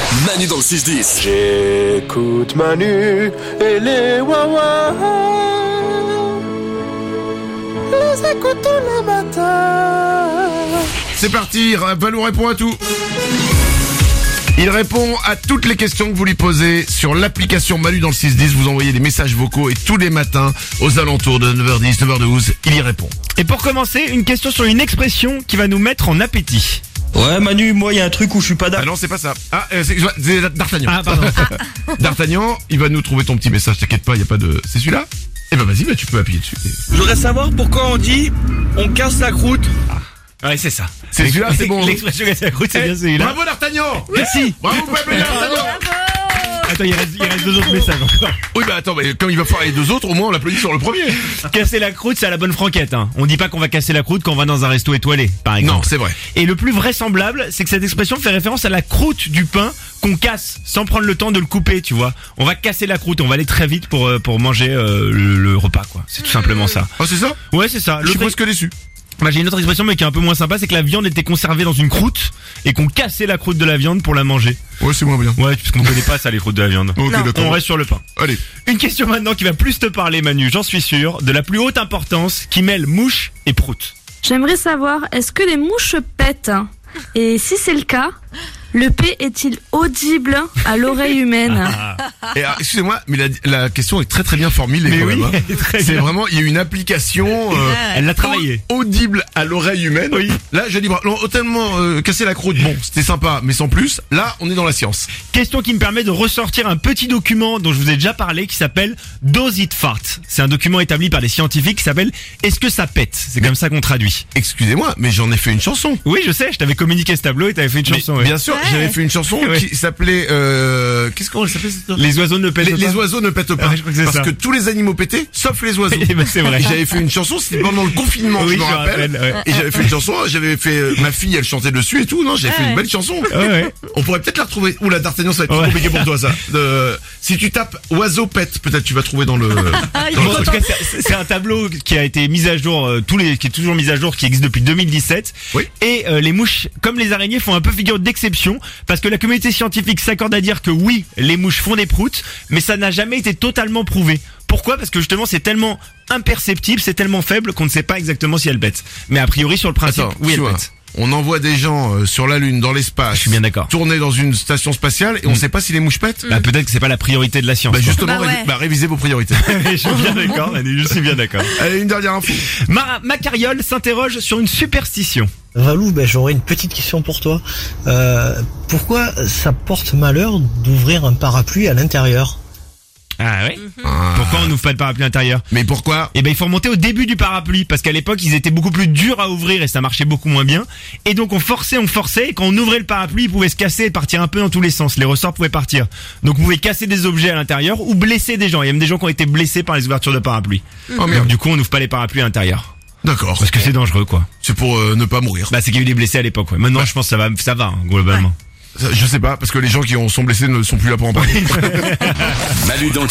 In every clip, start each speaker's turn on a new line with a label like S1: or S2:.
S1: Manu dans le 6-10.
S2: J'écoute Manu et les Wawa. Les écoute tous les matins.
S3: C'est parti, Valou répond à tout. Il répond à toutes les questions que vous lui posez sur l'application Manu dans le 610. Vous envoyez des messages vocaux et tous les matins, aux alentours de 9h10, 9h12, il y répond.
S4: Et pour commencer, une question sur une expression qui va nous mettre en appétit.
S5: Ouais, Manu, moi, il y a un truc où je suis pas
S3: Ah
S5: d'accord.
S3: non, c'est pas ça. Ah, euh, c'est c'est D'Artagnan.
S4: Ah, pardon.
S3: D'Artagnan, il va nous trouver ton petit message, t'inquiète pas, il y a pas de... C'est celui-là Eh ben vas-y, bah, tu peux appuyer dessus.
S5: Je voudrais savoir pourquoi on dit on casse la croûte.
S4: Ouais, c'est ça.
S3: C'est celui-là, c'est bon.
S4: L'expression casse la croûte, c'est bien
S3: Eh,
S4: celui-là.
S3: Bravo D'Artagnan
S4: Merci.
S3: Bravo, vous pouvez applaudir D'Artagnan
S4: Attends, il reste, il reste deux autres messages encore.
S3: Oui, bah attends, mais comme il va falloir les deux autres, au moins on l'applaudit sur le premier.
S4: Casser la croûte, c'est à la bonne franquette. Hein. On dit pas qu'on va casser la croûte quand on va dans un resto étoilé, par exemple.
S3: Non, c'est vrai.
S4: Et le plus vraisemblable, c'est que cette expression fait référence à la croûte du pain qu'on casse sans prendre le temps de le couper, tu vois. On va casser la croûte, on va aller très vite pour euh, pour manger euh, le, le repas, quoi. C'est tout simplement ça.
S3: Oh, c'est ça
S4: Ouais, c'est ça.
S3: Je suis
S4: L'autre
S3: presque déçu.
S4: Bah, j'ai une autre expression mais qui est un peu moins sympa, c'est que la viande était conservée dans une croûte et qu'on cassait la croûte de la viande pour la manger.
S3: Ouais, c'est moins bien.
S4: Ouais, parce qu'on connaît pas ça les croûtes de la viande.
S3: Ok,
S4: On
S3: d'accord.
S4: reste sur le pain.
S3: Allez.
S4: Une question maintenant qui va plus te parler Manu, j'en suis sûr, de la plus haute importance qui mêle mouche et prout.
S6: J'aimerais savoir, est-ce que les mouches pètent hein Et si c'est le cas, le P est-il audible à l'oreille humaine
S3: Et, ah, excusez-moi, mais la, la question est très très bien formulée quand même, hein.
S4: très
S3: C'est
S4: bien.
S3: vraiment, il y a une application euh,
S4: Ah, Elle l'a travaillé.
S3: audible à l'oreille humaine.
S4: Oui.
S3: Là, j'ai dit, bah, non, tellement euh, casser la croûte, bon, c'était sympa, mais sans plus. Là, on est dans la science.
S4: Question qui me permet de ressortir un petit document dont je vous ai déjà parlé qui s'appelle Does It Fart. C'est un document établi par des scientifiques qui s'appelle Est-ce que ça pète C'est comme ça qu'on traduit.
S3: Excusez-moi, mais j'en ai fait une chanson.
S4: Oui, je sais, je t'avais communiqué ce tableau et t'avais fait une
S3: Mais
S4: chanson. ouais.
S3: Bien sûr, j'avais fait une chanson
S4: Ouais.
S3: qui s'appelait. Euh, Qu'est-ce qu'on s'appelait cette chanson
S4: Les oiseaux ne pètent
S3: les,
S4: pas.
S3: les oiseaux ne pètent pas.
S4: Ouais, je crois que c'est
S3: parce
S4: ça.
S3: que tous les animaux pétaient, sauf les oiseaux.
S4: Eh ben, c'est vrai.
S3: Et J'avais fait une chanson, c'était pendant le confinement, je me
S4: Oui, je me
S3: rappelle.
S4: rappelle, ouais.
S3: Et j'avais fait une chanson, j'avais fait euh, ma fille, elle chantait dessus et tout. Non, j'avais fait une belle chanson.
S4: Ouais, Ah ouais.
S3: On pourrait peut-être la retrouver. Oula, D'Artagnan, ça va être trop
S4: Ouais.
S3: compliqué pour toi ça. Euh, si tu tapes oiseau pète, peut-être tu vas trouver dans le. dans le
S4: Bon, en
S3: truc.
S4: tout cas, c'est c'est un tableau qui a été mis à jour euh, tous les qui est toujours mis à jour qui existe depuis 2017.
S3: Oui.
S4: Et euh, les mouches comme les araignées font un peu figure d'exception parce que la communauté scientifique s'accorde à dire que oui, les mouches font des proutes, mais ça n'a jamais été totalement prouvé. Pourquoi Parce que justement, c'est tellement imperceptible, c'est tellement faible qu'on ne sait pas exactement si elles bêtent. Mais a priori sur le principe,
S3: Attends,
S4: oui,
S3: tu
S4: elles
S3: vois,
S4: bêtent.
S3: On envoie des gens euh, sur la lune, dans l'espace.
S4: Je suis bien d'accord. Hmm.
S3: Tourner dans une station spatiale et on sait pas si les mouches pètent.
S4: Bah, peut-être que c'est pas la priorité de la science.
S3: Bah
S4: quoi.
S3: justement,
S7: Bah
S3: révi-
S7: ouais.
S3: bah, révisez vos priorités.
S4: je suis bien d'accord, Manu, je suis bien d'accord.
S3: Allez, une dernière info.
S4: Mara Macariol s'interroge sur une superstition.
S8: Valou, ben, j'aurais une petite question pour toi. Euh, pourquoi ça porte malheur d'ouvrir un parapluie à l'intérieur
S4: Ah ouais
S3: Ah.
S4: Pourquoi on n'ouvre pas de parapluie intérieur
S3: Mais pourquoi
S4: Eh ben, il faut remonter au début du parapluie parce qu'à l'époque, ils étaient beaucoup plus durs à ouvrir et ça marchait beaucoup moins bien. Et donc, on forçait, on forçait. Et quand on ouvrait le parapluie, il pouvait se casser et partir un peu dans tous les sens. Les ressorts pouvaient partir. Donc, vous pouvez casser des objets à l'intérieur ou blesser des gens. Il y a même des gens qui ont été blessés par les ouvertures de parapluie.
S3: Oh
S4: Donc,
S3: merde.
S4: du coup, on n'ouvre pas les parapluies à l'intérieur
S3: D'accord.
S4: parce que c'est dangereux, quoi.
S3: C'est pour euh, ne pas mourir.
S4: Bah, c'est qu'il y a eu des blessés à l'époque. Ouais. Maintenant, je pense que ça va, ça va hein, globalement.
S3: Ça, Bah, Je sais pas, parce que les gens qui ont- sont blessés ne sont plus là pour en parler.
S1: Manu dans le 6-10.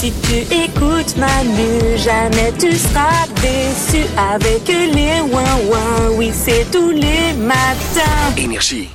S7: Si tu écoutes Manu, jamais tu seras déçu avec les ouin-ouin. Oui, c'est tous les matins.
S1: Énergie.